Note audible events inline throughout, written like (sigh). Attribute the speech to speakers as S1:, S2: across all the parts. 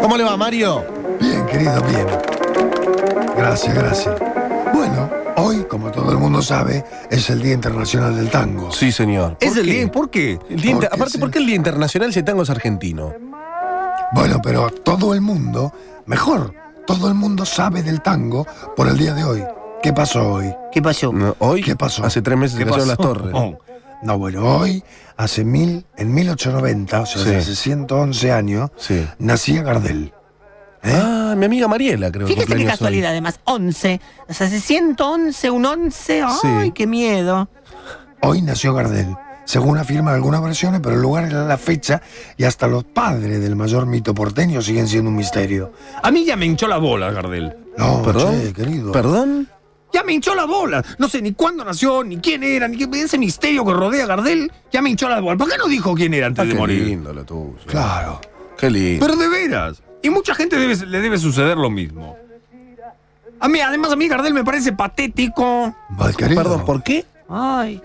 S1: ¿Cómo le va, Mario?
S2: Bien, querido, bien. Gracias, gracias. Bueno, hoy, como todo el mundo sabe, es el Día Internacional del Tango.
S3: Sí, señor.
S1: ¿Es
S3: ¿Por
S1: el
S3: qué?
S1: día? ¿Por qué?
S3: El día
S2: Porque
S3: inter- Aparte,
S2: sí.
S3: ¿por qué el Día Internacional si el tango es argentino?
S2: Bueno, pero todo el mundo, mejor, todo el mundo sabe del tango por el día de hoy. ¿Qué pasó hoy?
S4: ¿Qué pasó?
S3: No, ¿Hoy?
S2: ¿Qué pasó?
S3: Hace tres meses que cayeron las torres.
S2: Oh. No, bueno, hoy, hace mil, en 1890, o sea,
S3: Sí.
S2: hace 111 años,
S3: Sí.
S2: nacía Gardel. ¿Eh?
S3: Ah, mi amiga Mariela, creo que
S4: Fíjese qué
S3: cumpleaños hoy.
S4: casualidad, además. 11. O sea, hace 111, un 11. ¡Ay,
S3: Sí.
S4: qué miedo!
S2: Hoy nació Gardel, según afirman algunas versiones, pero el lugar era la fecha y hasta los padres del mayor mito porteño siguen siendo un misterio.
S5: A mí ya me hinchó la bola, Gardel.
S2: No,
S3: ¿Perdón?
S2: che, querido.
S3: ¿Perdón?
S5: Ya me hinchó la bola. No sé ni cuándo nació, ni quién era, ni qué, ese misterio que rodea a Gardel. Ya me hinchó la bola. ¿Por qué no dijo quién era antes
S3: Ah,
S5: de
S3: qué
S5: morir?
S3: lindo lo tuyo.
S2: Claro.
S3: Qué lindo.
S5: Pero de veras. Y mucha gente debe- le debe suceder lo mismo. A mí, además, a mí Gardel me parece patético.
S2: Mal querido.
S3: Perdón, ¿por qué? Ah,
S4: ¡Ay!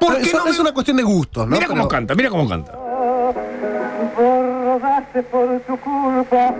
S5: ¿Por qué
S3: Eso-
S5: no
S3: es
S5: me-
S3: una cuestión de gustos, ¿no?
S5: Mira cómo
S3: Pero-
S5: canta, mira cómo canta.
S6: Borraste por tu culpa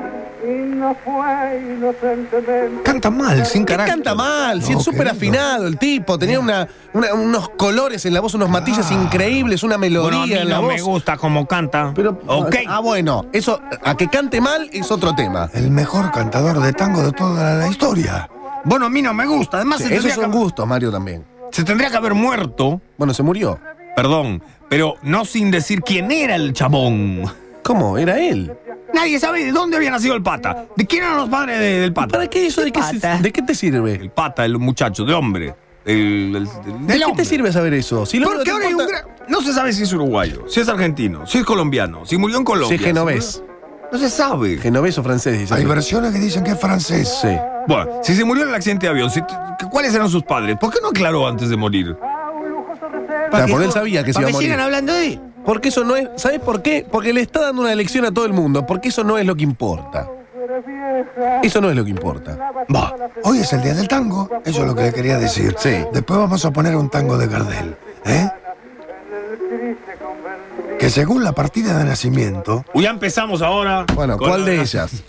S6: y no fue inocentemente.
S2: Canta mal, sin
S3: ¿Qué
S2: carácter.
S3: canta mal? si
S2: No,
S3: es súper
S2: querido.
S3: afinado el tipo, tenía una, una- unos colores en la voz, unos matices increíbles, una melodía
S5: Bueno, a mí
S3: en la
S5: no
S3: voz.
S5: me gusta cómo canta.
S3: Pero,
S5: ok.
S3: Ah, bueno, eso, a que cante mal es otro tema.
S2: El mejor cantador de tango de toda la historia.
S5: Bueno, a mí no me gusta. Además, se,
S3: Esos
S5: tendría
S3: son
S5: que,
S3: gustos, Mario, también.
S5: se tendría que haber muerto.
S3: Bueno, se murió.
S5: Perdón, pero no sin decir quién era el chabón.
S3: ¿Cómo? Era él.
S5: Nadie sabe de dónde había nacido el pata. ¿De quién eran los padres de- del pata?
S3: ¿Para qué eso? ¿De qué, se-
S4: pata?
S3: de qué te sirve?
S5: Ah, El pata, el muchacho, de hombre. El, el- el-
S3: ¿De
S5: del
S3: qué
S5: hombre.
S3: te sirve saber eso? Si lo único
S5: Porque
S3: que
S5: ahora hay un
S3: importa-
S5: gran- No se sabe si es uruguayo, si es argentino, si es colombiano, si murió en
S3: Si
S5: Colombia.
S3: es genovés.
S5: murió- No se sabe.
S3: Genovés o francés, dice.
S2: Hay versiones que dicen que es francés.
S3: Sí.
S5: Bueno, si se murió en el accidente de avión, si- ¿cuáles eran sus padres? ¿Por qué no aclaró antes de morir?
S3: Claro, porque él sabía que se iba a morir.
S4: sigan hablando de él?
S3: Porque eso no es. ¿Sabes por qué? Porque le está dando una elección a todo el mundo. Porque eso no es lo que importa. Eso no es lo que importa.
S2: Bah, hoy es el día del tango, eso es lo que le quería decir.
S3: Sí.
S2: Después vamos a poner un tango de Gardel, ¿eh? Que según la partida de nacimiento,
S5: Uy, ya empezamos ahora.
S3: Bueno,
S5: con
S3: ¿cuál
S5: la-
S3: de ellas?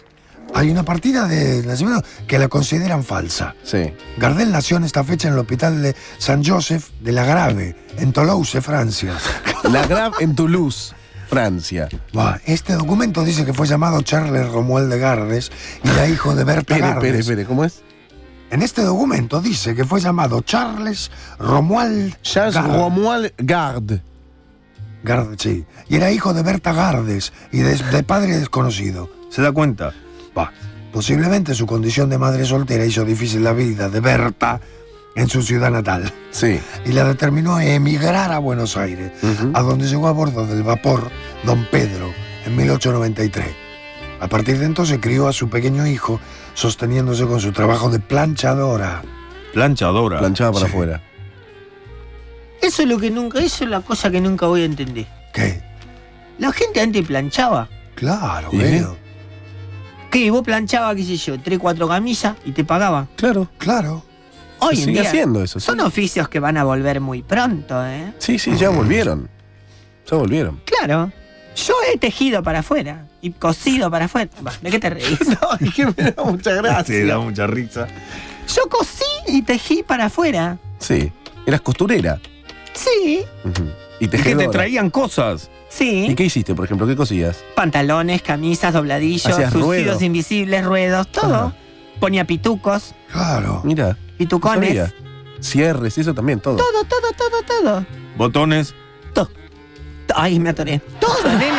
S2: hay una partida de nacimiento que la consideran falsa.
S5: (laughs)
S3: Sí.
S2: Gardel nació en esta fecha en el hospital de San Joseph de la Grave, en Toulouse, Francia.
S3: La Grave en Toulouse, Francia.
S2: Bah, este documento dice que fue llamado Charles Romuald de Gardes y era hijo de
S3: (laughs)
S2: Berta
S3: Espere, espere,
S2: Gardes.
S3: espere. ¿Cómo es?
S2: En este documento dice que fue llamado Charles Romuald
S3: Charles
S2: Gardes.
S3: Romuald Gard.
S2: Gardes, sí. Y era hijo de Berta Gardes y de, de padre desconocido.
S5: ¿Se da cuenta?
S2: Bah, posiblemente su condición de madre soltera hizo difícil la vida de Berta en su ciudad natal.
S3: Sí.
S2: y la determinó a emigrar a Buenos Aires,
S3: Ujú.
S2: a donde llegó a bordo del vapor Don Pedro en 1893. A partir de entonces crió a su pequeño hijo, sosteniéndose con su trabajo de planchadora.
S5: Planchadora. (laughs)
S3: Planchada para
S2: Sí.
S3: afuera.
S4: Eso es lo que nunca, eso es la cosa que nunca voy a entender.
S2: ¿Qué?
S4: La gente antes planchaba.
S2: Claro,
S3: ¿Y?
S2: querido.
S4: ¿Qué? Vos planchabas, qué sé yo, tres, cuatro camisas y te pagaban.
S3: Claro.
S2: Claro.
S4: Hoy
S3: Se
S4: en
S3: sigue
S4: día
S3: haciendo eso. sí.
S4: son oficios que van a volver muy pronto, ¿eh?
S3: Sí, sí, ya volvieron. Ya volvieron.
S4: Claro. Yo he tejido para afuera y cosido para afuera. Bah, ¿De qué te reís?
S3: (laughs) muchas
S5: Se da mucha risa.
S4: Yo cosí y tejí para afuera.
S3: Sí. Eras costurera.
S4: Sí,
S3: Ujú. Y
S5: Es que
S3: tejedora.
S5: te traían cosas.
S4: sí.
S3: ¿Y qué hiciste, por ejemplo? ¿Qué cosías?
S4: Pantalones, camisas, dobladillos,
S3: Hacías
S4: sucidos
S3: ruedo.
S4: invisibles, ruedos, todo.
S3: Ajá.
S4: Ponía pitucos,
S2: Claro.
S3: Mira. no
S4: pitucones.
S3: sabía. Cierres, eso también, todo.
S4: todo, todo, todo, todo.
S5: Botones.
S4: Ay, me atoré.
S3: (laughs)
S4: Todo, nene.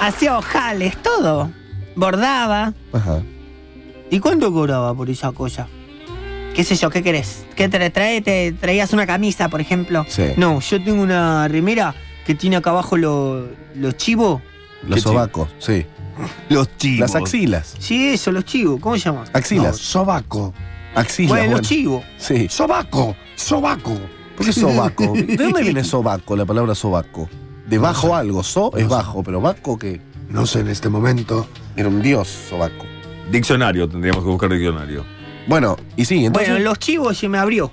S4: Hacía ojales, todo. Bordaba.
S3: Ajá.
S4: ¿Y cuánto cobraba por esa cosa? ¿Qué sé yo? ¿Qué querés? ¿Qué te trae? ¿Te traías una camisa, por ejemplo?
S3: Sí.
S4: No, yo tengo una remera que tiene acá abajo los lo chivos.
S3: Los
S5: Qué
S3: sobacos, sí.
S5: Los chivos.
S3: Las axilas.
S4: Sí, eso, los chivos. ¿Cómo se llama?
S2: No,
S3: Axilas.
S2: sobaco.
S3: Axilas.
S4: bueno,
S3: Bueno,
S4: los chivos.
S3: Sí.
S2: Sobaco. Sobaco.
S3: ¿Por qué (laughs) sobaco? ¿De dónde viene sobaco, la palabra sobaco? De bajo algo. So es bajo, pero baco que
S2: No sé en este momento.
S3: era un dios sobaco.
S5: Diccionario, tendríamos que buscar diccionario.
S3: Bueno, y sí, entonces.
S4: Bueno, los chivos se me abrió.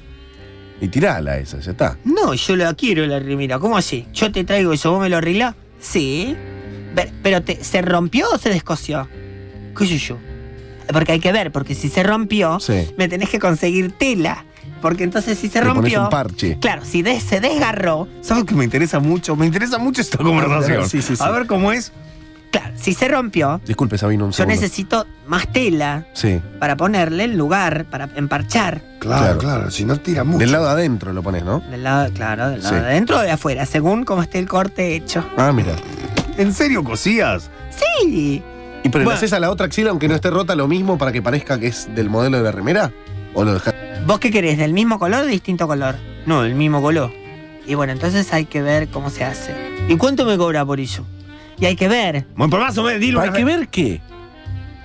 S3: Y tirala esa, ya está.
S4: No, yo la quiero la remera. ¿Cómo así? Yo te traigo eso, ¿vos me lo arreglás? Sí. Ver- Pero, te, ¿se rompió o se descosió? ¿Qué sé yo? Porque hay que ver, porque si se rompió,
S3: Sí.
S4: me tenés que conseguir tela. Porque entonces si se
S3: Le pones
S4: rompió.
S3: un parche.
S4: Claro, si de- se desgarró,
S5: ¿Sabes que me interesa mucho? Me interesa mucho esta conversación.
S3: Sí, sí, sí.
S5: A ver cómo es.
S4: claro, si se rompió,
S3: Disculpe, Sabino, un
S4: yo
S3: segundo.
S4: necesito más tela
S3: Sí.
S4: para ponerle el lugar, para emparchar.
S3: Claro.
S2: Claro, claro, si no tira mucho.
S3: Del lado adentro lo pones, ¿no?
S4: Del lado, claro, del lado
S3: Sí.
S4: de adentro o de afuera, según cómo esté el corte hecho.
S3: Ah, mira.
S5: ¿En serio cosías?
S4: Sí.
S3: ¿Y pero le
S4: Bueno.
S3: haces a la otra axila aunque no esté rota lo mismo para que parezca que es del modelo de la remera? ¿O lo dejas?
S4: ¿Vos qué querés? ¿Del mismo color o distinto color? No, del mismo color. Y bueno, entonces hay que ver cómo se hace. ¿Y cuánto me cobra por ello? Y hay que ver,
S5: Bueno, por más o menos, dilo.
S3: Hay
S5: una
S3: que
S5: vez.
S3: ver qué.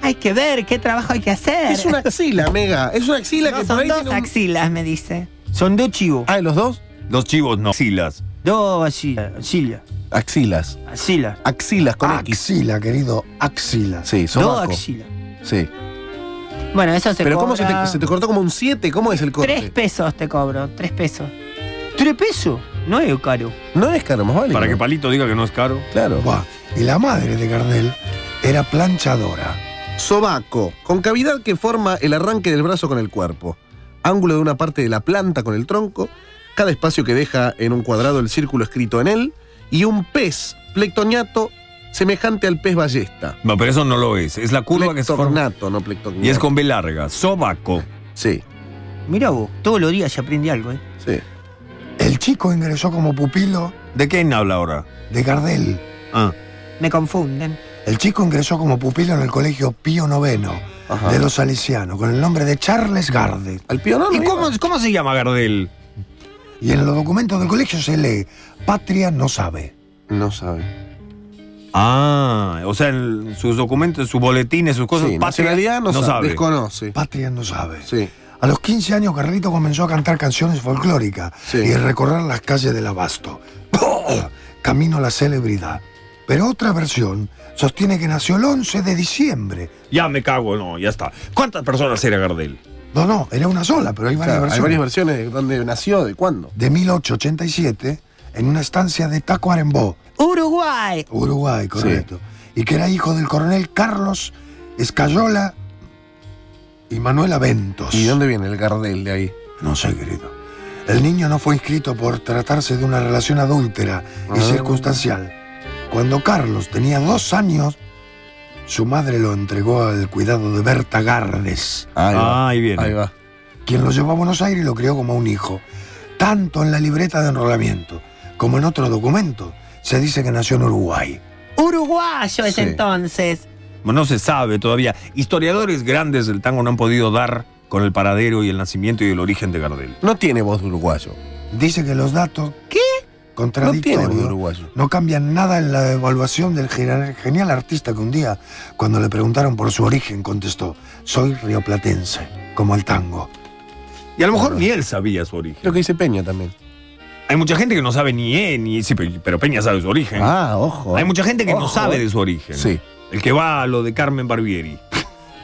S4: hay que ver qué trabajo hay que hacer.
S3: Es una axila, mega. Es una axila
S4: No,
S3: que por
S4: son
S3: ahí
S4: dos
S3: tiene un-
S4: axilas, me dice. Son dos chivos.
S3: Ah, ¿de los dos?
S5: Los chivos no. Silas.
S4: Dos axilas. Axilas.
S3: Axilas.
S4: Axilas.
S3: Axilas con X.
S2: Axila, querido, axila.
S3: Sí,
S4: Dos
S3: sobaco.
S4: axilas.
S3: Sí.
S4: Bueno, eso se
S3: Pero ¿cómo se
S4: cobra-
S3: te, se te cortó como un 7? ¿Cómo es el corte?
S4: Tres pesos te cobro, tres pesos. ¿Tres pesos? No es caro.
S3: No es caro, más vale.
S5: Para que
S3: ¿no?
S5: Palito diga que no es caro.
S3: Claro.
S2: Buah, Y la madre de Gardel era planchadora.
S3: Sobaco, con cavidad que forma el arranque del brazo con el cuerpo, ángulo de una parte de la planta con el tronco, cada espacio que deja en un cuadrado el círculo escrito en él, y un pez plectoniato semejante al pez ballesta.
S5: No, pero eso no lo es. Es la curva que se forma.
S3: Plectornato, no plectoniato.
S5: Y es con B larga. Sobaco.
S3: Sí,
S4: Mira vos, todos los días se aprende algo, ¿eh?
S3: sí.
S2: El chico ingresó como pupilo
S5: ¿De quién habla ahora?
S2: de Gardel.
S5: Ah.
S4: Me confunden.
S2: El chico ingresó como pupilo en el colegio Pío IX
S3: Ajá.
S2: de los Salesianos con el nombre de Charles Garde.
S3: Al pionero.
S5: ¿Y cómo, cómo se llama Gardel?
S2: Y en los documentos del colegio se lee, patria no sabe.
S3: No sabe.
S5: Ah, o sea, en sus documentos, sus boletines, sus cosas.
S3: Sí,
S5: patria,
S3: nacionalidad no, sabe.
S5: sabe.
S3: Desconoce.
S2: Patria no sabe.
S3: Sí.
S2: A los 15 años Carlito comenzó a cantar canciones folclóricas
S3: Sí.
S2: y a recorrer las calles del Abasto. ¡Oh! Camino a la celebridad. Pero otra versión sostiene que nació el 11 de diciembre.
S5: Ya me cago, no, ya está. ¿Cuántas personas era Gardel?
S2: No, no, era una sola, pero hay
S3: O sea,
S2: varias
S3: hay
S2: versiones.
S3: varias versiones de dónde nació, de cuándo.
S2: De 1887, en una estancia de Tacuarembó,
S4: Uruguay.
S2: Uruguay, correcto. Y que era hijo del coronel Carlos Escayola y Manuela Ventos.
S3: ¿Y dónde viene el Gardel de ahí?
S2: No sé, querido. El niño no fue inscrito por tratarse de una relación adúltera y
S3: Ah.
S2: circunstancial. Cuando Carlos tenía dos años, su madre lo entregó al cuidado de Berta Gardes,
S3: Ahí
S5: Ah, ahí viene.
S3: Ahí va.
S2: quien lo llevó a Buenos Aires y lo crió como un hijo. Tanto en la libreta de enrolamiento como en otro documento se dice que nació en Uruguay.
S4: Uruguayo es
S3: Sí.
S4: entonces.
S5: Bueno, No se sabe todavía. Historiadores grandes del tango no han podido dar con el paradero y el nacimiento y el origen de Gardel.
S3: No tiene voz de uruguayo.
S2: Dice que los datos
S3: No tiene voz de
S2: contradictorios
S3: uruguayo.
S2: no cambian nada en la evaluación del gera- genial artista que un día, cuando le preguntaron por su origen, contestó, soy rioplatense, como el tango.
S5: Y a lo mejor ni él sabía su
S3: Lo
S5: origen.
S3: que dice Peña también.
S5: Hay mucha gente que no sabe ni él, ni. Sí, pe- pero Peña sabe su origen.
S3: Ah, ojo.
S5: Hay mucha gente que no
S3: Ojo. eh.
S5: sabe de su origen.
S3: Sí.
S5: El que va a lo de Carmen Barbieri.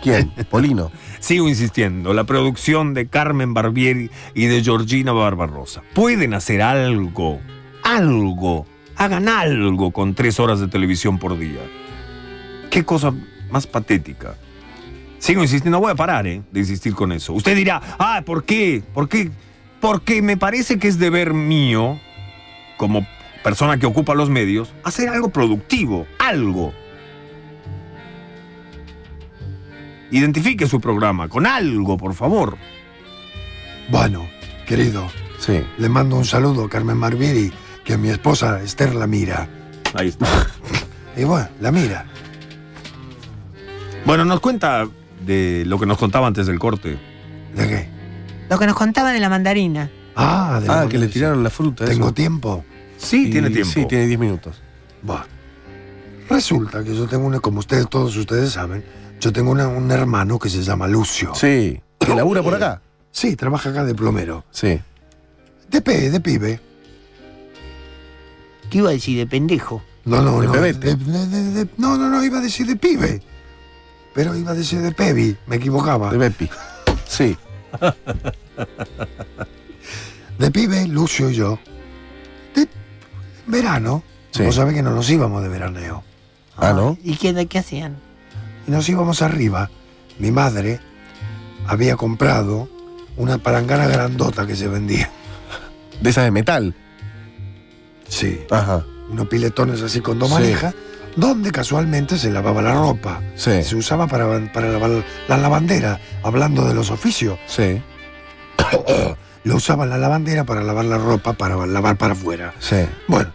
S3: ¿Quién? Polino.
S5: Sigo insistiendo, la producción de Carmen Barbieri y de Georgina Barbarosa. Pueden hacer algo, algo, hagan algo con tres horas de televisión por día. Qué cosa más patética. Sigo insistiendo, no voy a parar eh, de insistir con eso. Usted dirá, ah, ¿por qué? ¿Por qué? Porque me parece que es deber mío, como persona que ocupa los medios, hacer algo productivo, algo. Identifique su programa con algo, por favor.
S2: Bueno, querido,
S3: Sí.
S2: le mando un saludo a Carmen Marbieri, que mi esposa Esther la mira.
S5: Ahí está.
S2: Y bueno, la mira.
S5: Bueno, nos cuenta de lo que nos contaba antes del corte.
S2: ¿De qué?
S4: Lo que nos contaba de la mandarina.
S2: Ah, de
S3: Ah,
S2: la-
S3: que le tiraron la fruta.
S2: ¿Tengo
S3: eso.
S2: tiempo?
S5: Sí,
S3: Y-
S5: tiene tiempo.
S3: Sí, tiene 10 minutos.
S2: Buah. Resulta que yo tengo una, como ustedes, todos ustedes saben, yo tengo una- un hermano que se llama Lucio.
S3: Sí. ¿Que labura por acá?
S2: Sí, trabaja acá de plomero.
S3: Sí.
S2: De, pe, de pibe.
S4: ¿Qué iba a decir de pendejo?
S2: No, no,
S3: De
S2: no.
S3: pebete.
S2: de- de- de- no, no, no, iba a decir de pibe. Pero iba a decir de pebi, me equivocaba.
S3: De
S2: De,
S3: Bepi. Sí.
S2: pibe, Lucio y yo. De verano.
S3: Sí.
S2: Vos sabés que no nos íbamos de veraneo.
S3: Ah, ¿no?
S4: ¿Y qué, de qué hacían?
S2: y nos íbamos arriba. Mi madre había comprado una palangana grandota que se vendía.
S3: De esas de metal.
S2: Sí.
S3: Ajá.
S2: Unos piletones así con dos
S3: Sí.
S2: manijas, donde casualmente se lavaba la ropa.
S3: Sí.
S2: Se usaba para, para lavar la lavandera, hablando de los oficios.
S3: Sí.
S2: Lo usaba la lavandera para lavar la ropa, para lavar para afuera.
S3: Sí.
S2: Bueno,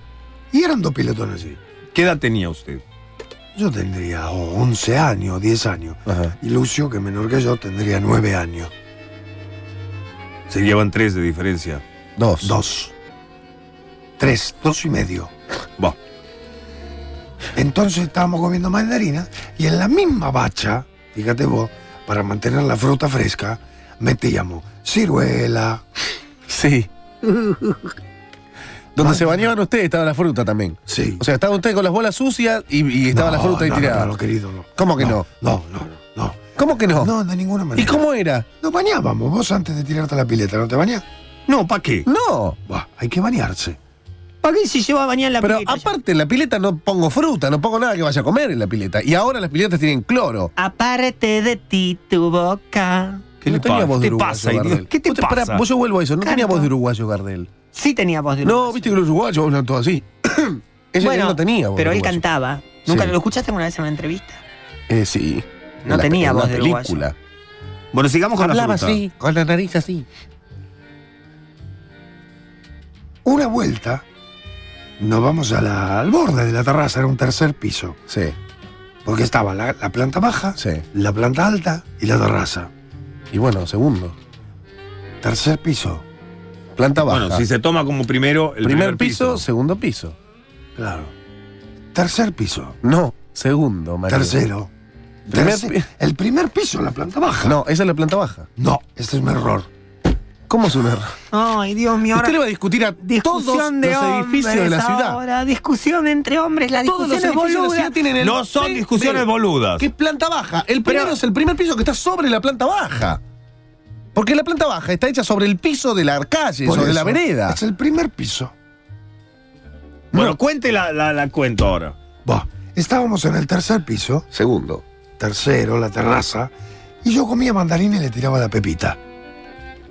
S2: y eran dos piletones así.
S5: ¿Qué edad tenía usted?
S2: Yo tendría o 11 años, 10 años.
S3: Ajá.
S2: Y Lucio, que menor que yo, tendría 9 años.
S5: Se llevan tres de diferencia.
S3: Dos.
S2: Dos. Tres, dos y medio.
S5: Va.
S2: Entonces estábamos comiendo mandarina y en la misma bacha, fíjate vos, para mantener la fruta fresca, metíamos ciruela.
S3: Sí. Donde se bañaban ustedes estaba la fruta también.
S2: Sí.
S3: O sea, estaba usted con las bolas sucias y, y estaba
S2: No,
S3: la fruta ahí
S2: no,
S3: tirada.
S2: No, no, querido, no.
S3: ¿Cómo que no?
S2: No, no, no.
S3: ¿Cómo que no?
S2: No, de ninguna manera.
S3: ¿Y cómo era?
S2: Nos bañábamos. Vos antes de tirarte a la pileta, ¿no te bañás?
S5: No, ¿para qué?
S3: No.
S2: Buah, hay que bañarse.
S4: ¿Para qué se lleva mañana la
S3: Pero
S4: pileta?
S3: aparte en la pileta no pongo fruta, no pongo nada que vaya a comer en la pileta. Y ahora las piletas tienen cloro.
S4: Aparte de ti, tu boca.
S5: ¿Qué
S3: no
S5: le
S3: tenía
S5: pasa?
S3: voz de
S5: ¿Qué
S3: uruguayo,
S5: pasa, idiota?
S3: Gardel.
S5: ¿Qué te
S3: Vos pará,
S5: pasa?
S3: vos yo vuelvo a eso, no tenía
S4: Canto.
S3: voz de uruguayo, Gardel.
S4: Sí tenía voz de
S3: No,
S4: uruguayo.
S3: viste que los uruguayos hablan todo así. (clears throat) Ella
S4: Bueno,
S3: no tenía voz
S4: Pero
S3: de
S4: él
S3: uruguayo.
S4: cantaba. ¿Nunca
S3: Sí.
S4: lo escuchaste alguna vez en una entrevista?
S3: Eh, sí.
S4: No
S3: En la-
S4: tenía
S3: en
S4: voz
S3: la
S4: de uruguayo.
S3: película.
S5: Bueno, sigamos con
S3: Hablaba
S5: la fruta.
S3: así, con la nariz así.
S2: Una vuelta, nos vamos a la- al borde de la terraza, era un tercer piso,
S3: Sí,
S2: porque estaba la, la planta baja,
S3: sí.
S2: la planta alta y la terraza.
S3: Y bueno, segundo.
S2: Tercer piso,
S3: Planta baja.
S5: Bueno, si se toma como primero el
S3: primer, piso, segundo piso.
S2: claro. Tercer piso,
S3: No, segundo, María.
S2: tercero.
S3: Primer
S2: Terce-
S3: pi-
S2: el primer piso, la planta baja.
S3: No, esa es la planta baja.
S2: no, este es un error.
S3: ¿Cómo es un error?
S4: Ay, Dios mío.
S3: Usted le
S4: Ahora,
S3: va a discutir a todos los
S4: discusión de
S3: edificios de la
S4: hombres
S3: ciudad.
S4: ahora, discusión entre hombres. La
S3: Todos
S4: discusión
S3: los
S4: es
S3: edificios de la
S4: boluda.
S3: ciudad tienen el.
S5: No son
S3: P-
S5: discusiones
S3: B,
S5: boludas.
S3: Que es planta baja. El primero es el primer piso que está sobre la planta baja. Porque la planta baja está hecha sobre el piso de la calle,
S2: Por
S3: sobre la
S2: eso,
S3: vereda.
S2: Es el primer piso.
S5: Bueno, cuente la, la, la cuenta ahora.
S2: Bah, estábamos en el tercer piso,
S3: Segundo.
S2: tercero, la terraza, y yo comía mandarina y le tiraba la pepita.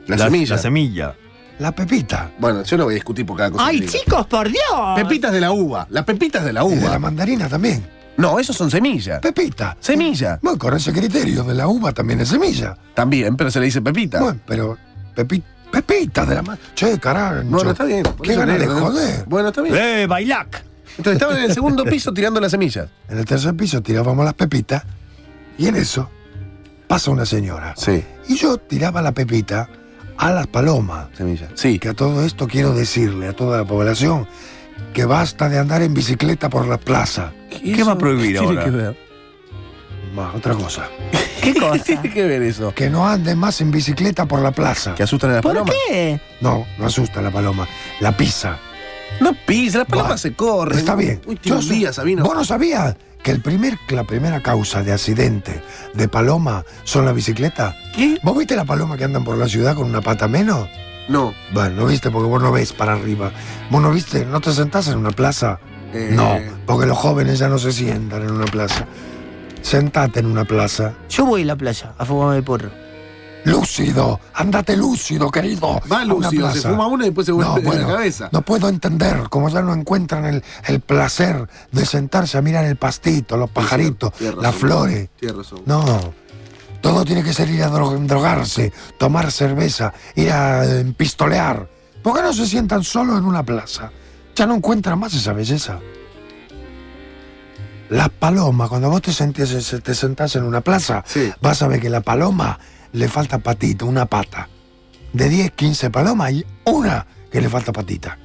S3: La, semilla.
S5: La semilla.
S2: La pepita.
S3: Bueno, yo no voy a discutir por cada cosa. que
S4: Ay,
S3: digo.
S4: chicos, por Dios.
S3: Pepitas de la uva. Las pepitas de la
S2: Y de la
S3: uva.
S2: mandarina también.
S3: No, esos son semillas.
S2: Pepita.
S3: Semilla.
S2: Bueno, con ese criterio de la uva también es semilla.
S3: También, pero se le dice pepita.
S2: Bueno, pero pepi- pepita de la mano. Che, carajo.
S3: Bueno, está bien. por
S2: Qué
S3: eso
S2: ganas
S3: le
S2: de
S3: digo, ¿no?
S2: joder.
S3: Bueno, está bien.
S5: ¡Eh, bailac!
S3: Entonces estaban en el segundo (laughs) piso tirando las semillas.
S2: En el tercer piso tirábamos las pepitas y en eso pasa una señora.
S3: Sí,
S2: Y yo tiraba la pepita a las palomas.
S3: semillas. Sí.
S2: Que a todo esto quiero decirle a toda la población que basta de andar en bicicleta por la plaza.
S5: ¿Qué va a prohibir
S3: ¿Qué tiene
S5: ahora?
S3: que ver?
S2: Más otra cosa.
S3: (laughs)
S4: ¿Qué
S3: ¿Qué
S4: cosa?
S3: tiene que ver eso?
S2: Que no anden más en bicicleta por la plaza.
S3: ¿Que asustan a las
S4: ¿Por
S3: palomas?
S4: qué?
S2: No, no asusta la paloma. La pisa.
S3: No pisa, las palomas
S2: Bueno,
S3: se corren.
S2: Está bien.
S3: Uy, tiene un
S2: Yo sé-
S3: día, Sabino.
S2: Vos no sabías que el primer, la primera causa de accidente de paloma son la bicicleta.
S3: ¿Qué?
S2: ¿Vos viste la paloma que andan por la ciudad con una pata menos?
S3: No.
S2: Bueno, no viste porque vos no ves para arriba. Vos no viste, no te sentás en una plaza.
S3: eh,
S2: No, porque los jóvenes ya no se sientan en una plaza. Sentate en una plaza.
S4: Yo voy a la playa a fumarme el porro.
S2: Lúcido, andate lúcido, querido.
S3: Va
S2: a una
S3: lúcido, se
S2: plaza.
S3: fuma uno y después se vuelve (laughs)
S2: No,
S3: en
S2: bueno,
S3: la cabeza.
S2: no puedo entender cómo ya no encuentran el, el placer de sentarse a mirar el pastito, los pajaritos,
S3: Tienes razón.
S2: las flores.
S3: Tienes razón.
S2: No, todo tiene que ser ir a dro- drogarse, tomar cerveza, ir a eh, pistolear. ¿Por qué no se sientan solo en una plaza? Ya no encuentran más esa belleza. Las palomas, cuando vos te, sentías- se- te sentás en una plaza,
S3: Sí.
S2: vas a ver que la paloma le falta patita, una pata. De 10, 15 palomas hay una que le falta patita.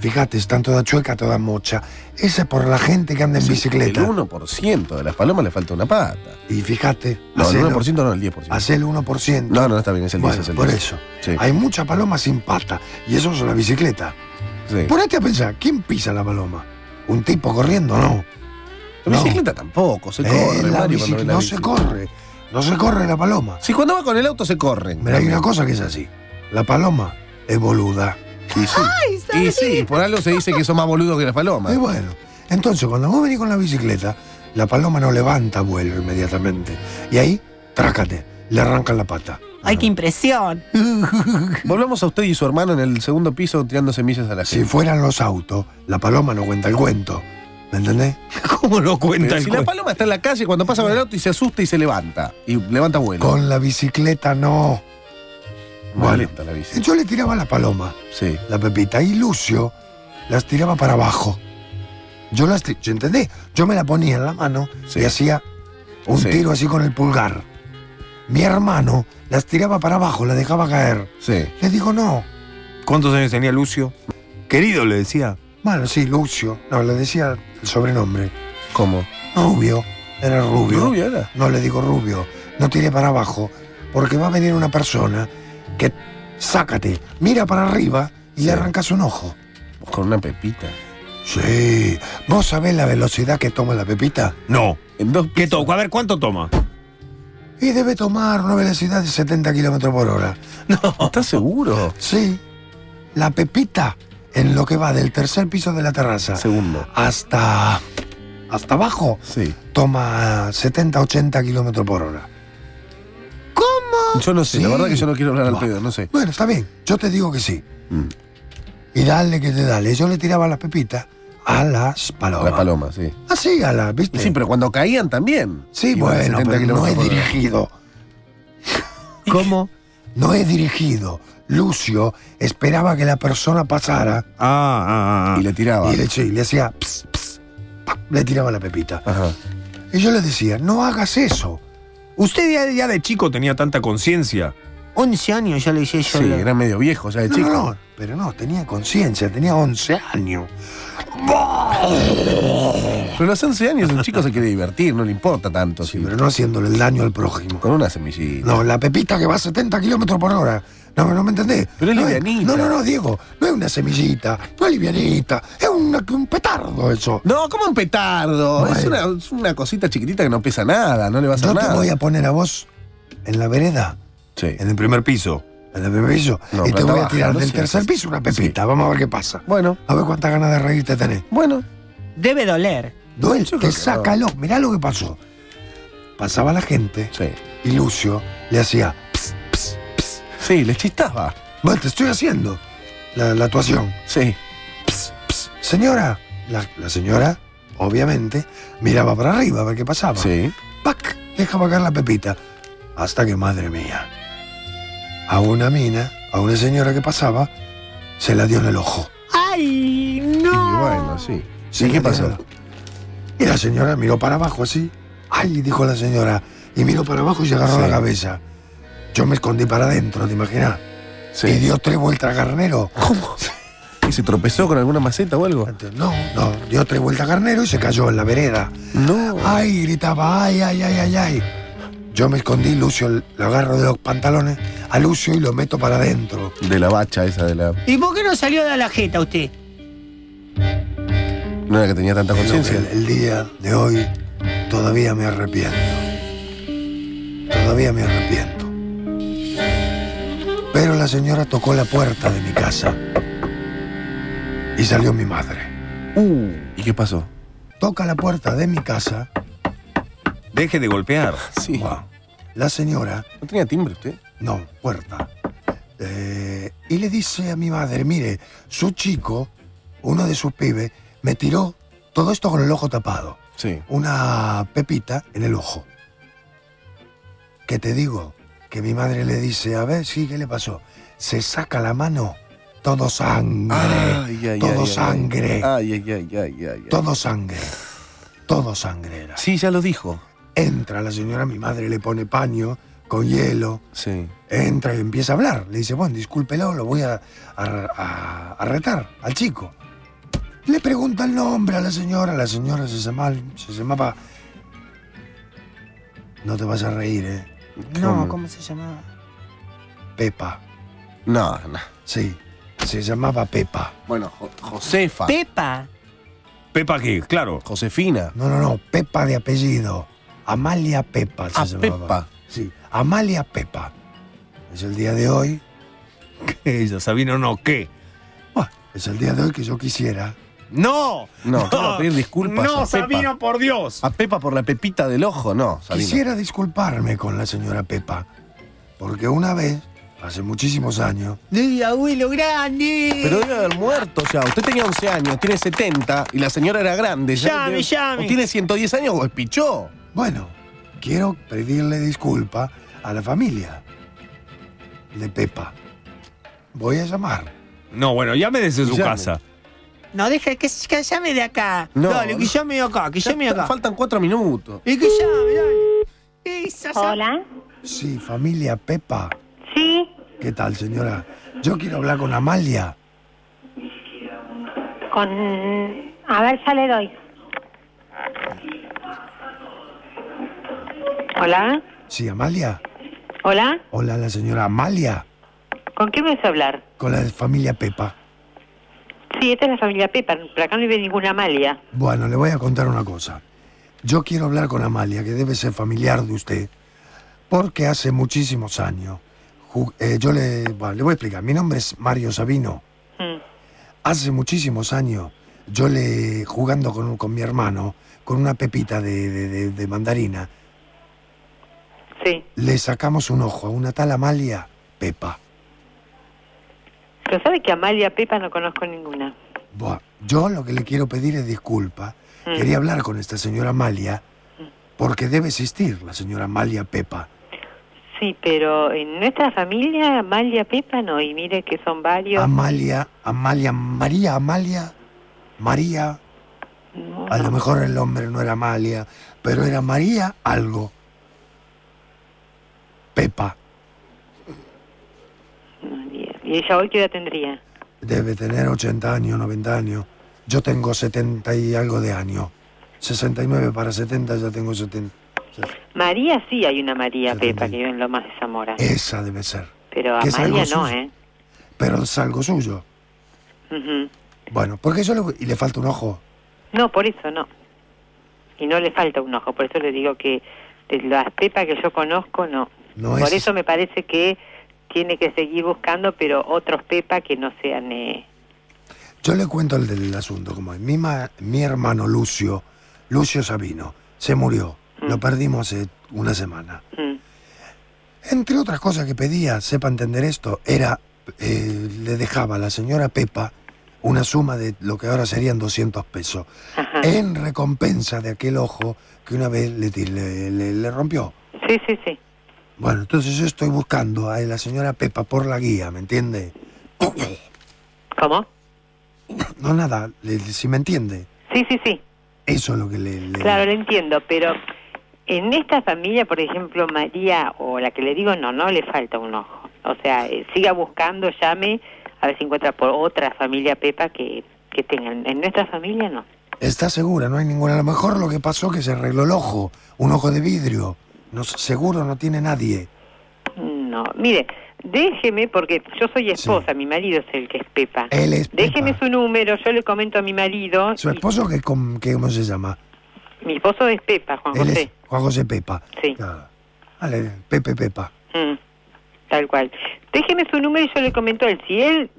S2: Fíjate, están toda chueca, toda mocha. Ese es por la gente que anda en bicicleta.
S3: El 1% de las palomas le falta una pata.
S2: Y fíjate,
S3: No, el
S2: hacelo-
S3: 1% no, el 10%.
S2: Hace el 1%.
S3: No, no, está bien, es el 10,
S2: Bueno,
S3: es el
S2: por
S3: 10.
S2: eso.
S3: Sí,
S2: Hay mucha paloma sin pata. Y eso es la bicicleta.
S3: sí.
S2: Ponete a pensar, ¿quién pisa la paloma? ¿Un tipo corriendo? No.
S3: La bicicleta tampoco, se
S2: Eh,
S3: corre,
S2: la
S3: Mario,
S2: bici-
S3: cuando ve la
S2: no
S3: bici.
S2: se corre. No se corre la paloma.
S3: Si cuando va con el auto se corren.
S2: Pero hay una cosa que es así. La paloma es boluda.
S3: Y sí.
S2: Eh,
S3: y sí, por algo se dice que son más boludos que las palomas.
S2: Y bueno, entonces cuando vos venís con la bicicleta, La paloma no levanta vuelo inmediatamente. Y ahí, trácate, le arrancan la pata.
S4: ¡Ay,
S3: Ah.
S4: qué impresión!
S3: Volvamos a usted y su hermano en el segundo piso tirando semillas a la
S2: Si
S3: gente.
S2: fueran los autos, la paloma no cuenta el cuento.
S3: (laughs)
S2: ¿Me entendés?
S5: ¿Cómo lo cuenta
S3: Pero
S5: el
S3: si la
S5: cuento?
S3: paloma está en la calle, cuando pasa por el auto y se asusta y se levanta. Y levanta vuelo.
S2: Con la bicicleta no.
S3: Muy
S2: Bueno.
S3: lenta la bici.
S2: Yo le tiraba la paloma,
S3: Sí.
S2: la pepita, y Lucio las tiraba para abajo. Yo las ti- ¿yo ¿entendés? Yo me la ponía en la mano
S3: Sí.
S2: y hacía un
S3: Sí.
S2: tiro así con el pulgar. Mi hermano las tiraba para abajo, las dejaba caer.
S3: Sí.
S2: Le digo, no.
S5: ¿Cuántos años tenía Lucio? Querido, le decía.
S2: Bueno, sí, Lucio. No, le decía el sobrenombre.
S3: ¿Cómo?
S2: Rubio. Era rubio.
S3: Rubio era.
S2: No le digo rubio. No tire para abajo. Porque va a venir una persona que. Sácate, mira para arriba y
S3: Sí.
S2: le arrancas un ojo.
S3: Con una pepita.
S2: Sí. ¿Vos sabés la velocidad que toma la pepita?
S5: No.
S3: En dos
S5: ¿Qué toco? A ver, ¿cuánto toma?
S2: Y debe tomar una velocidad de 70 kilómetros por hora.
S3: ¿Estás seguro?
S2: Sí. La pepita, en lo que va del tercer piso de la terraza
S3: Segundo.
S2: hasta. hasta abajo,
S3: Sí.
S2: toma 70, 80 kilómetros por hora. ¿Cómo?
S3: Yo no sé, la verdad que yo no quiero hablar al pedo, no sé.
S2: Bueno, está bien, yo te digo que sí.
S3: Mm.
S2: Y dale que te dale. Yo le tiraba las pepitas a las palomas.
S3: La paloma, sí.
S2: Así, a las, ¿viste?
S3: Sí, pero cuando caían también.
S2: Sí,
S3: Iban a
S2: bueno,
S3: 70
S2: pero no
S3: kilómetros
S2: es
S3: por hora.
S2: dirigido.
S5: ¿Cómo?
S2: No es dirigido. Lucio esperaba que la persona pasara
S5: Ah, ah, ah,
S3: Y
S5: ah.
S3: le tiraba.
S2: y le, sí, le hacía... ps, ps, pa, le tiraba la pepita.
S3: Ajá.
S2: Y yo le decía, no hagas eso.
S5: Usted ya, ya de chico tenía tanta conciencia.
S4: 11 años ya lo hice yo.
S3: Sí,
S4: lo-
S3: era medio viejo ya de
S2: No,
S3: chico.
S2: no, no, pero no, tenía conciencia, tenía 11 años.
S3: Pero a los 11 años el chico se quiere divertir, no le importa tanto.
S2: Sí,
S3: si-
S2: pero no haciéndole el daño al prójimo.
S3: Con una semillita.
S2: No, la pepita que va a 70 kilómetros por hora. No, no me entendés.
S3: Pero es
S2: no
S3: livianita.
S2: No, no, no, Diego. No es una semillita, no es livianita. Es una- un petardo eso.
S3: No, como un petardo.
S2: Bueno.
S3: Es, una, es una cosita chiquitita que no pesa nada, no le va a hacer
S2: Yo te
S3: nada.
S2: voy a poner a vos en la vereda,
S3: Sí.
S5: En el primer piso.
S2: en el primer piso,
S3: No,
S2: y te
S3: planta
S2: voy a
S3: baja,
S2: tirar
S3: no
S2: del
S3: sé.
S2: tercer piso una pepita. Vamos a ver qué pasa.
S3: Bueno,
S2: A ver cuántas ganas de reírte tenés.
S3: bueno.
S4: Debe doler.
S2: Duel,
S3: Yo creo
S2: te
S3: que
S2: saca el ojo. Mirá lo que pasó. Pasaba la gente
S3: Sí.
S2: y Lucio le hacía,
S3: Sí, le chistaba.
S2: bueno, te estoy haciendo la, la actuación.
S3: Sí.
S2: Señora, la, la señora, obviamente, miraba para arriba a ver qué pasaba.
S3: Sí.
S2: ¡Pac! Dejaba caer la pepita. Hasta que, madre mía, a una mina, a una señora que pasaba, se la dio en el ojo.
S4: ¡Ay,
S3: Y
S4: no!
S3: bueno, sí.
S2: Se
S3: ¿Y
S2: la
S3: qué
S2: dio
S3: pasó?
S2: en el ojo. Y la señora miró para abajo así. ¡Ay! dijo la señora. Y miró para abajo y se agarró
S3: Sí.
S2: la cabeza. Yo me escondí para adentro, ¿te imaginas? Y
S3: Sí.
S2: dio tres vueltas a carnero. ¿Cómo?
S3: ¿Y se tropezó con alguna maceta o algo?
S2: No, no, dio tres vueltas a carnero y se cayó en la vereda.
S3: No.
S2: ¡Ay! gritaba, ¡ay, ay, ay, ay, ay! Yo me escondí, Lucio, lo agarro de los pantalones a Lucio y lo meto para adentro.
S3: De la bacha esa de la.
S4: ¿Y por qué no salió de la jeta usted?
S3: No era que tenía tanta
S2: Es lo que
S3: conciencia.
S2: El, el día de hoy todavía me arrepiento. Todavía me arrepiento. Pero la señora tocó la puerta de mi casa y salió mi madre.
S3: Uh. ¿Y qué pasó?
S2: Toca la puerta de mi casa,
S5: Deje de (laughs) golpear.
S3: Sí.
S2: guau, la señora
S3: Ah, ¿No tenía timbre usted?
S2: No, puerta. Eh, y le dice a mi madre, mire, su chico, uno de sus pibes, me tiró todo esto con el ojo tapado,
S3: Sí.
S2: una pepita en el ojo. ¿Qué te digo? Que mi madre le dice, a ver, sí, ¿qué le pasó? Se saca la mano, todo sangre, todo sangre,
S3: Ay, ay, ay, ay, ay, ay.
S2: todo sangre, todo sangre era.
S3: Sí, ya lo dijo.
S2: Entra la señora, mi madre le pone paño con hielo,
S3: Sí.
S2: Entra y empieza a hablar. Le dice, bueno, discúlpelo, lo voy a, a- a- a retar al chico. Le pregunta el nombre a la señora. La señora se llamaba... Se llamaba no te vas a reír, ¿eh?
S4: No,
S3: ¿Cómo?
S4: ¿cómo se llamaba?
S2: Pepa.
S3: No, no.
S2: Sí, se llamaba Pepa.
S3: Bueno, Jo- Josefa.
S4: Pepa.
S5: Pepa Gig, claro.
S3: Josefina.
S2: No, no, no, Pepa de apellido. Amalia Pepa se
S3: Ah,
S2: llamaba.
S3: Pepa.
S2: Sí, Amalia Pepa. Es el día de hoy.
S5: Ella, Sabino, no, ¿qué?
S2: Buah, es el día de hoy que yo quisiera
S5: No.
S3: No, claro, pedir disculpas
S5: No,
S3: a Pepa.
S5: Sabino, por Dios.
S3: A Pepa por la pepita del ojo, no, Sabino.
S2: Quisiera disculparme con la señora Pepa, porque una vez, hace muchísimos años,
S4: ¡De abuelo grande!
S3: Pero debe haber muerto ya. Usted tenía 11 años, tiene 70 y la señora era grande.
S4: Llame,
S3: debe-
S4: llame.
S3: O tiene 110 años o es pichó.
S2: bueno, quiero pedirle disculpa a la familia de Pepa. Voy a llamar.
S5: No, bueno, llame desde su
S3: Llame.
S5: casa.
S4: No, deja que, que llame de acá.
S3: No.
S4: dale, que llame de acá, que
S3: Ya
S4: llame de
S3: está-
S4: acá.
S3: Faltan 4 minutos.
S4: Y que llame, dale. Esa, esa-
S1: Hola.
S2: Sí, familia Pepa.
S1: Sí.
S2: ¿Qué tal, señora? Yo quiero hablar con Amalia.
S1: Con. A ver, ya le doy. Hola.
S2: Sí, Amalia.
S1: Hola.
S2: Hola, la señora Amalia.
S1: ¿Con quién me vas a hablar?
S2: Con la familia Pepa.
S1: Sí, esta es la familia Pepa. Por acá no vive ninguna Amalia.
S2: Bueno, le voy a contar una cosa. Yo quiero hablar con Amalia, que debe ser familiar de usted, porque hace muchísimos años. ju- eh, yo le, bueno, le voy a explicar. Mi nombre es Mario Sabino.
S1: Mm.
S2: Hace muchísimos años, yo le, jugando con, un- con mi hermano, con una pepita de, de- de- de mandarina,
S1: Sí.
S2: le sacamos un ojo a una tal Amalia Pepa.
S1: Pero sabe que Amalia Pepa no conozco ninguna.
S2: Buah, yo lo que le quiero pedir es disculpa.
S1: Mm.
S2: Quería hablar con esta señora Amalia, porque debe existir la señora Amalia Pepa.
S1: Sí, pero en nuestra familia Amalia Pepa no. Y mire que son varios.
S2: Amalia, Amalia, María, Amalia, María.
S1: No,
S2: A lo
S1: no.
S2: mejor el hombre no era Amalia, pero era María algo. Pepa.
S1: Y ella hoy qué edad tendría.
S2: Debe tener 80 años, 90 años. Yo tengo 70 y algo de años. 69 para 70, ya tengo 70.
S1: María sí hay una María
S2: Ya
S1: Pepa
S2: entendí.
S1: que vive en Lomas de Zamora.
S2: Esa debe ser.
S1: pero
S2: que es algo
S1: Amalia no,
S2: sucio.
S1: ¿eh?
S2: Pero es algo suyo.
S1: Ujú.
S2: Bueno, porque yo le, y le falta un ojo.
S1: No, por eso no. Y no le falta un ojo, por eso le digo que de las pepas que yo conozco, no.
S2: No
S1: por
S2: es-
S1: eso me parece que tiene que seguir buscando, pero otros pepas que no sean... eh,
S2: Yo le cuento el del asunto, como es. mi, ma- mi hermano Lucio, Lucio Sabino, se murió. Lo perdimos hace una semana.
S1: mm.
S2: Entre otras cosas que pedía, sepa entender esto, era, eh, le dejaba a la señora Pepa una suma de lo que ahora serían 200 pesos,
S1: Ajá.
S2: en recompensa de aquel ojo que una vez le, ti- le- le- le rompió.
S1: Sí, sí, sí.
S2: Bueno, entonces yo estoy buscando a la señora Pepa por la guía, ¿me entiende? (coughs)
S1: ¿Cómo?
S2: No, nada, le- si me entiende.
S1: Sí, sí, sí.
S2: Eso es lo que le... le-
S1: Claro, lo entiendo, pero en esta familia, por ejemplo, María, o la que le digo, no, no le falta un ojo. O sea, eh, siga buscando, llame, a ver si encuentra por otra familia Pepa que, que tengan. En nuestra familia no.
S2: Está segura, no hay ninguna. A lo mejor lo que pasó que se arregló el ojo, un ojo de vidrio. No, sé, seguro no tiene nadie.
S1: No, mire, déjeme, porque yo soy esposa, mi marido es el que es Pepa.
S2: Él es Pepa.
S1: Déjeme su número, yo le comento a mi marido.
S2: ¿Su
S1: y-
S2: esposo que, com- que- cómo se llama?
S1: Mi esposo es Pepa, Juan
S2: Él es
S1: José.
S2: Juan José Pepa.
S1: Sí.
S2: Ah, Vale, Pepe Pepa.
S1: Mm, tal cual. Déjeme su número y yo le comento a él. Si él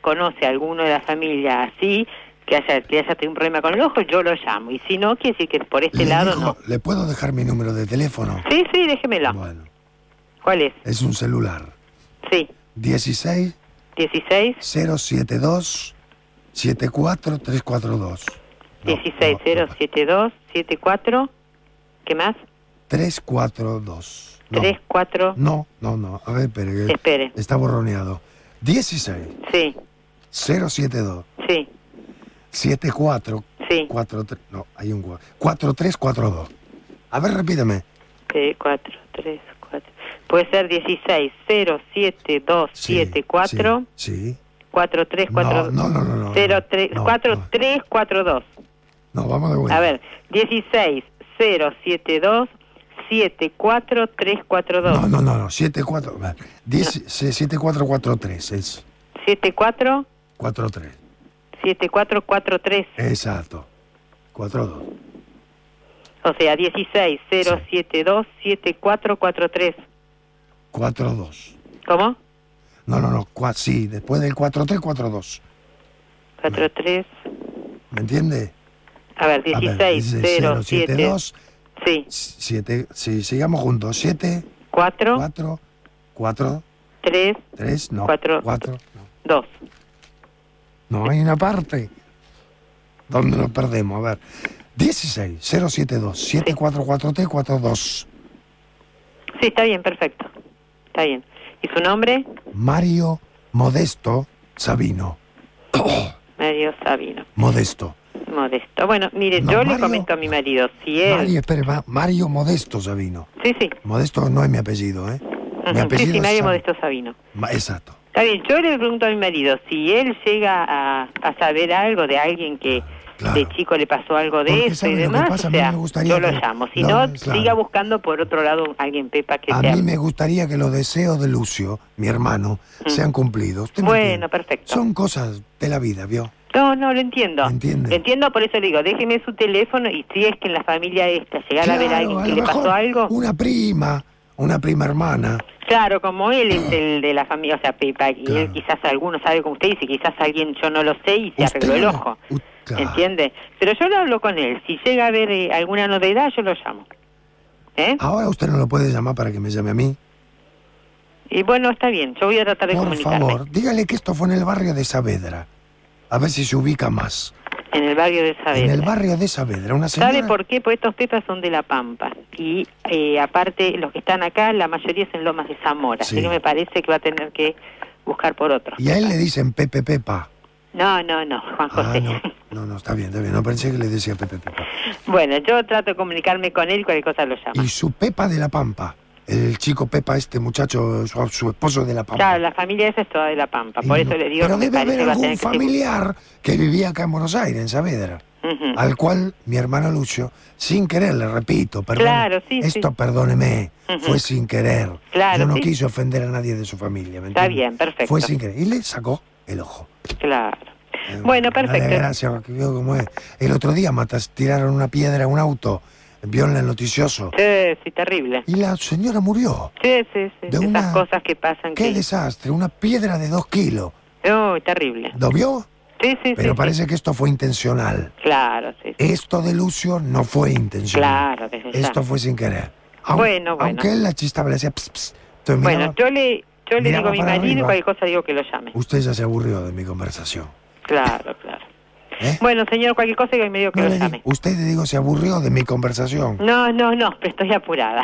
S1: conoce a alguno de la familia así, que haya, que haya tenido un problema con el ojo, yo lo llamo. Y si no, quiere decir que por este
S2: Le
S1: lado
S2: dejo- ¿Le puedo dejar mi número de teléfono?
S1: no. Sí, sí, déjemelo.
S2: Bueno,
S1: ¿Cuál es?
S2: es un celular.
S1: Sí,
S2: 16
S1: 16
S2: 072 74342. No,
S1: 16
S2: no, no,
S1: 072 74. ¿Qué más?
S2: 342. No.
S1: 34.
S2: No, no, no. A ver, espere. que
S1: Espere.
S2: Está borroneado. 16
S1: Sí,
S2: 072
S1: sí,
S2: 7443.
S1: sí.
S2: No, hay un 4342. A ver, repíteme.
S1: 4, 3, 4. Puede ser 16 0 7 2
S2: Sí,
S1: 7 4
S2: Sí. sí.
S1: 4 3 4
S2: no, no, no, no, no,
S1: 0 3
S2: no,
S1: 4
S2: no.
S1: 3 4 2
S2: No, vamos de vuelta.
S1: A ver, 16 0 7 2 7 4 3 4
S2: No,
S1: 2
S2: no, no, no. 74. 7443 es
S1: 7 4
S2: 43.
S1: 7 4 4 3
S2: Exacto. 42.
S1: O sea, 16 0
S2: Sí.
S1: 7 2 7 4 4 3
S2: 42.
S1: ¿Cómo?
S2: No, no, no. cua- sí, después del 4342.
S1: 4 3
S2: ¿Me entiende?
S1: A ver,
S2: A ver,
S1: 16,
S2: dice
S1: 0, 7,
S2: 072,
S1: sí,
S2: siete- sí, sigamos juntos. 7,
S1: 4,
S2: 4, 4,
S1: 3,
S2: 3, no.
S1: Cuatro.
S2: 4.
S1: 2.
S2: No hay una parte donde nos perdemos. A ver. 16 072 744 42
S1: Sí, está bien, perfecto. Está bien. ¿Y su nombre?
S2: Mario Modesto Sabino.
S1: Mario Sabino.
S2: Modesto.
S1: Modesto. Bueno, mire,
S2: No,
S1: yo le
S2: Mario-
S1: comento a mi marido, si él...
S2: Mario, espere, ma- Mario Modesto Sabino.
S1: Sí, sí.
S2: Modesto no es mi apellido, ¿eh? Mi
S1: Ujú. Sí,
S2: apellido
S1: sí,
S2: es
S1: Mario
S2: Sab-
S1: Modesto Sabino.
S2: Ma- Exacto.
S1: Está bien, yo le pregunto a mi marido, si él llega a, a saber algo de alguien que
S2: Claro.
S1: de chico le pasó algo de
S2: Porque
S1: eso
S2: sabe
S1: y
S2: lo que
S1: demás,
S2: pasa, a
S1: o
S2: mí
S1: sea,
S2: me gustaría
S1: yo lo
S2: que-
S1: llamo. Si
S2: no,
S1: no,
S2: claro.
S1: siga buscando por otro lado alguien, Pepa, que
S2: A
S1: sea...
S2: mí me gustaría que los deseos de Lucio, mi hermano, sean cumplidos. Usted me
S1: Mm. Bueno,
S2: entiende.
S1: perfecto.
S2: Son cosas de la vida, ¿vio?
S1: No, no, lo entiendo.
S2: ¿Me entiende?
S1: Lo entiendo, por eso le digo, déjeme su teléfono y si es que en la familia esta llegara a ver a
S2: Claro,
S1: alguien
S2: a
S1: que
S2: lo
S1: le
S2: mejor
S1: pasó algo,
S2: Una prima, una prima hermana.
S1: claro, como
S2: (clears throat)
S1: él es el de la familia, o sea, Pepa, y
S2: Claro.
S1: él quizás alguno sabe como usted dice, quizás alguien yo no lo sé y se
S2: Usted
S1: arregló el
S2: no-
S1: ojo.
S2: u- claro.
S1: ¿Entiende? Pero yo lo hablo con él. Si llega a haber eh, alguna novedad, yo lo llamo. ¿Eh?
S2: Ahora usted no lo puede llamar para que me llame a mí.
S1: Y bueno, está bien. Yo voy a tratar de
S2: Por
S1: comunicarme.
S2: favor, dígale que esto fue en el barrio de Saavedra. A ver si se ubica más.
S1: En el barrio de
S2: En
S1: Saavedra.
S2: el barrio de Saavedra, una señora.
S1: ¿Sabe por qué? Porque estos pepas son de La Pampa. Y eh, aparte, los que están acá, la mayoría es en Lomas de Zamora.
S2: Sí.
S1: Así que me parece que va a tener que buscar por otro.
S2: Y a él le dicen Pepe Pepa.
S1: No, no, (laughs) no, Juan
S2: Ah,
S1: José.
S2: no. No, no, está bien, está bien. No pensé que le decía Pepe Pepa.
S1: (laughs) bueno, yo trato de comunicarme con él y cualquier cosa lo llamo.
S2: Y su Pepa de la Pampa. El chico Pepa, este muchacho, su, su esposo de la Pampa.
S1: Claro, la familia esa es toda de La Pampa. Por
S2: Y
S1: eso
S2: no-
S1: le digo
S2: Pero
S1: que me
S2: debe
S1: parece
S2: haber
S1: que va a tener
S2: algún
S1: que...
S2: familiar que vivía acá en Buenos Aires, en Saavedra.
S1: Ujú.
S2: al cual mi hermano Lucio, sin querer, le repito, perdón,
S1: Claro, sí,
S2: esto
S1: sí.
S2: perdóneme,
S1: Ujú.
S2: fue sin querer.
S1: Claro,
S2: Yo no
S1: sí.
S2: quise ofender a nadie de su familia, ¿me
S1: Está
S2: entiende?
S1: bien, perfecto.
S2: Fue sin querer. Y le sacó el ojo.
S1: Claro.
S2: Eh,
S1: Bueno,
S2: Una
S1: perfecto.
S2: desgracia, que vio cómo es. El otro día matas, tiraron una piedra a un auto, vio en el noticioso,
S1: Sí, sí, terrible.
S2: y la señora murió.
S1: Sí, sí, sí.
S2: De
S1: Esas
S2: una-
S1: cosas que pasan.
S2: ¡Qué
S1: que...
S2: desastre! Una piedra de dos kilos.
S1: No, terrible.
S2: ¿Lo vio?
S1: Sí, sí,
S2: Pero
S1: sí,
S2: parece que esto fue intencional.
S1: sí. Claro, sí. sí.
S2: Esto de Lucio no fue intencional.
S1: Claro, desde ya.
S2: Esto fue sin querer.
S1: Bueno, bueno.
S2: Aunque él la chistaba, le hacía pss, pss. Entonces
S1: Bueno,
S2: miraba,
S1: yo le, yo le
S2: miraba
S1: digo a mi
S2: para
S1: marido y
S2: arriba.
S1: cualquier cosa digo que lo llame.
S2: usted ya se aburrió de mi conversación.
S1: Claro, claro.
S2: ¿eh?
S1: Bueno, señor, cualquier cosa digo que me digo que
S2: No
S1: lo
S2: le di-
S1: llame.
S2: usted le digo, se aburrió de mi conversación.
S1: No, no, no, pero estoy apurada.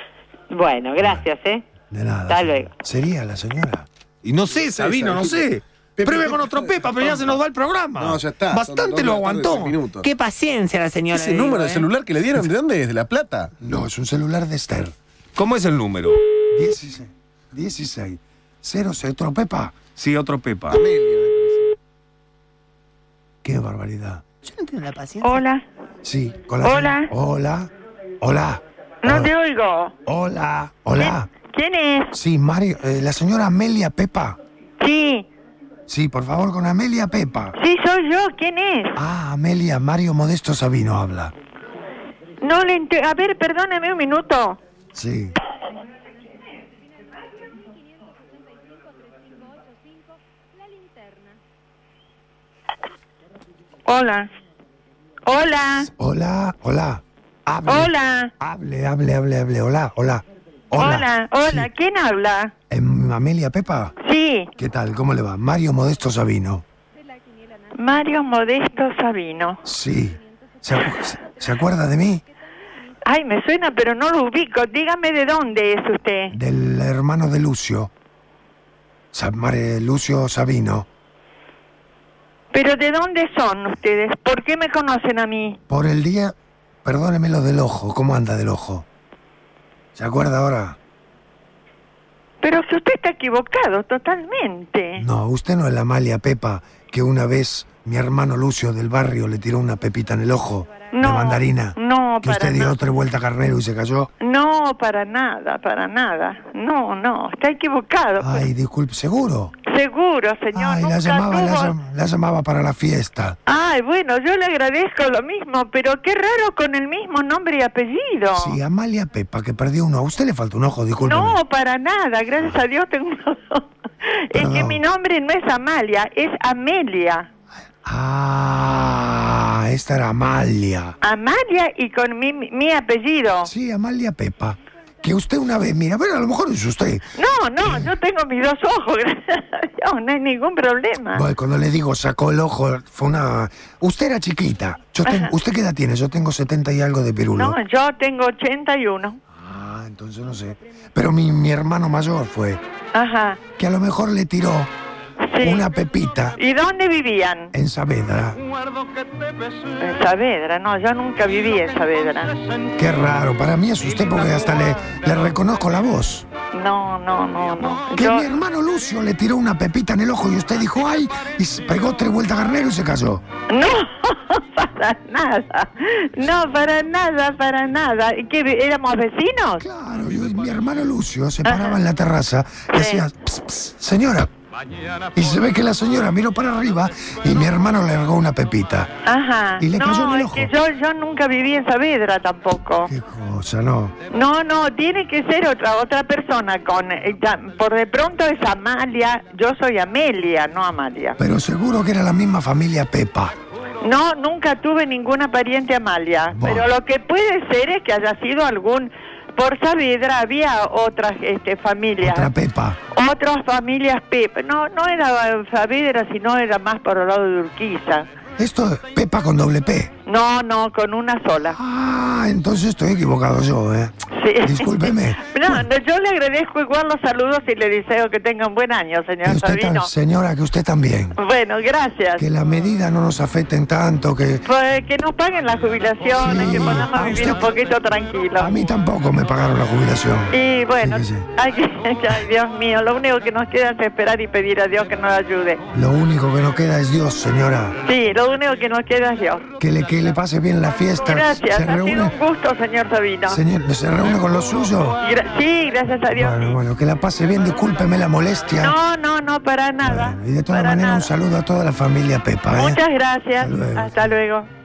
S1: (laughs) Bueno, gracias, ¿eh?
S2: De nada.
S1: Hasta
S2: señora.
S1: luego.
S2: Sería la señora.
S5: Y no sé, Sabino, no sé.
S3: Pepe,
S5: Pruebe
S3: Pepe,
S5: con otro Pepa, pero ya se nos va el programa.
S3: No, ya está. Son las dos
S5: Bastante
S3: de
S5: lo
S3: la tarde,
S5: aguantó.
S3: seis minutos.
S4: Qué paciencia la señora.
S3: ¿Ese
S4: le
S3: número
S4: digo,
S3: de
S4: ¿eh?
S3: celular que le
S4: (laughs)
S3: dieron? ¿De dónde es? ¿De La Plata?
S2: No, es un celular de Esther.
S5: ¿Cómo es el número?
S2: 16. 16. 0, 0. Pepa.
S5: Sí, otro Pepa.
S2: Qué barbaridad.
S4: Yo no entiendo la paciencia.
S7: Hola,
S2: Sí, con la
S7: Hola.
S2: señora- Hola. Hola.
S7: no
S2: Hola.
S7: te oigo.
S2: Hola. Hola.
S7: ¿Quién es?
S2: Sí, Mario. eh, la señora Amelia Pepa.
S7: Sí,
S2: Sí, por favor, con Amelia Pepa.
S7: sí soy yo, ¿quién es?
S2: Ah, Amelia, Mario Modesto Sabino habla.
S7: No le ente- A ver, perdóname un minuto.
S2: Sí.
S7: Hola. Hola,
S2: Hola, hola. Hable,
S7: hola,
S2: hable, hable, hable, hable. Hola, hola.
S7: hola, hola,
S2: Sí.
S7: ¿quién habla?
S2: Em, Amelia Pepa,
S7: Sí,
S2: ¿qué tal? ¿Cómo le va? Mario Modesto Sabino.
S7: Mario Modesto Sabino.
S2: Sí. ¿Se, acu- se- se acuerda de mí?
S7: Ay, me suena, pero no lo ubico. Dígame de dónde es usted.
S2: Del hermano de Lucio. Sa- Mare- Lucio Sabino.
S7: Pero ¿de dónde son ustedes? ¿Por qué me conocen a mí?
S2: Por el día, perdóneme lo del ojo. ¿Cómo anda del ojo? ¿Se acuerda ahora?
S7: Pero si usted está equivocado totalmente.
S2: No, usted no es la Amalia Pepa que una vez mi hermano Lucio del barrio le tiró una pepita en el ojo de
S7: No,
S2: mandarina.
S7: no,
S2: que usted
S7: para
S2: dio
S7: nada.
S2: tres vueltas carnero y se cayó.
S7: No, para nada, para nada. No, no, está equivocado. pues.
S2: Ay, disculpe, seguro.
S7: Seguro, señor.
S2: Ay, la
S7: nunca
S2: llamaba, la,
S7: tuvo-
S2: llam- la llamaba para la fiesta.
S7: Ay, bueno, yo le agradezco lo mismo, pero qué raro con el mismo nombre y apellido.
S2: Sí, Amalia Pepa que perdió uno. A usted le falta un ojo, disculpe.
S7: no, para nada, gracias a
S1: (laughs)
S7: Dios tengo... es que
S2: Perdón.
S7: mi nombre no es Amalia, es Amelia.
S2: Ah, esta era Amalia.
S1: Amalia y con mi, mi apellido.
S2: Sí, Amalia Pepa. Que usted una vez, mira, bueno, a lo mejor es usted.
S1: No, no, yo tengo mis dos ojos, (laughs) gracias a Dios, no hay ningún problema.
S2: Bueno, cuando le digo sacó el ojo, fue una... Usted era chiquita. Yo tengo- ¿Usted qué edad tiene? Yo tengo 70 y algo de pirulo.
S1: No, yo tengo 81.
S2: Ah, entonces no sé. Pero mi, mi hermano mayor fue,
S1: Ajá,
S2: que a lo mejor le tiró
S1: sí.
S2: una pepita
S1: ¿Y dónde vivían?
S2: en Saavedra.
S1: En Saavedra, no, yo nunca viví en Saavedra.
S2: Qué raro, para mí es usted porque hasta le, le reconozco la voz.
S1: No, no, no, no.
S2: Que
S1: Yo,
S2: mi hermano Lucio le tiró una pepita en el ojo y usted dijo, ay, y se pegó tres vueltas garnero y se cayó.
S1: (laughs) no, para nada. No, para nada, para nada. ¿Y qué, éramos vecinos?
S2: Claro, yo- mi hermano Lucio se paraba en la terraza, decía, "Ps, ps, señora. Y se ve que la señora miró para arriba y mi hermano le largó una pepita.
S1: Ajá.
S2: Y le cayó en
S1: no,
S2: el
S1: es que
S2: ojo.
S1: yo, yo nunca viví en Saavedra tampoco.
S2: Qué cosa, ¿no?
S1: No, no, tiene que ser otra otra persona con eh, ya- por de pronto es Amalia, yo soy Amelia, no Amalia.
S2: Pero seguro que era la misma familia Pepa.
S1: No, nunca tuve ninguna pariente Amalia,
S2: Bueno.
S1: pero lo que puede ser es que haya sido algún por Saavedra había otras este familias,
S2: Otra Pepa.
S1: otras familias Pep. No, no era Saavedra, sino era más por el lado de Urquiza.
S2: Esto es Pepa con doble P.
S1: No, no, con una sola.
S2: Ah, entonces estoy equivocado yo, ¿eh?
S1: Sí.
S2: Discúlpeme.
S1: (laughs) No, no, yo le agradezco igual los saludos y le deseo que tenga un buen año,
S2: Que
S1: señor
S2: usted tan-
S1: Sabino.
S2: señora, que usted también.
S1: Bueno, gracias.
S2: Que las medidas no nos afecten tanto, que
S1: Pues que nos paguen las jubilaciones,
S2: Sí.
S1: que
S2: Ah,
S1: podamos vivir
S2: usted-
S1: un poquito
S2: a
S1: tranquilos.
S2: mí tampoco me pagaron la jubilación.
S1: Y bueno,
S2: Fíjese.
S1: ay, que- (laughs) ay, Dios mío, lo único que nos queda es esperar y pedir a Dios que nos ayude.
S2: Lo único que nos queda es Dios, señora.
S1: Sí, lo único que nos queda es Dios.
S2: Que le, que le pase bien la fiesta.
S1: Gracias,
S2: Se
S1: ha sido
S2: reúne,
S1: un gusto, señor Sabino.
S2: señor, ¿se reúne con lo suyo?
S1: Gra- sí, gracias a Dios.
S2: Bueno,
S1: sí.
S2: bueno, que la pase bien, discúlpeme la molestia.
S1: No, no, no, para nada.
S2: Bueno, y de todas
S1: para
S2: maneras, un
S1: nada.
S2: saludo a toda la familia Pepa. ¿eh?
S1: Muchas gracias.
S2: Hasta luego.
S1: Hasta luego.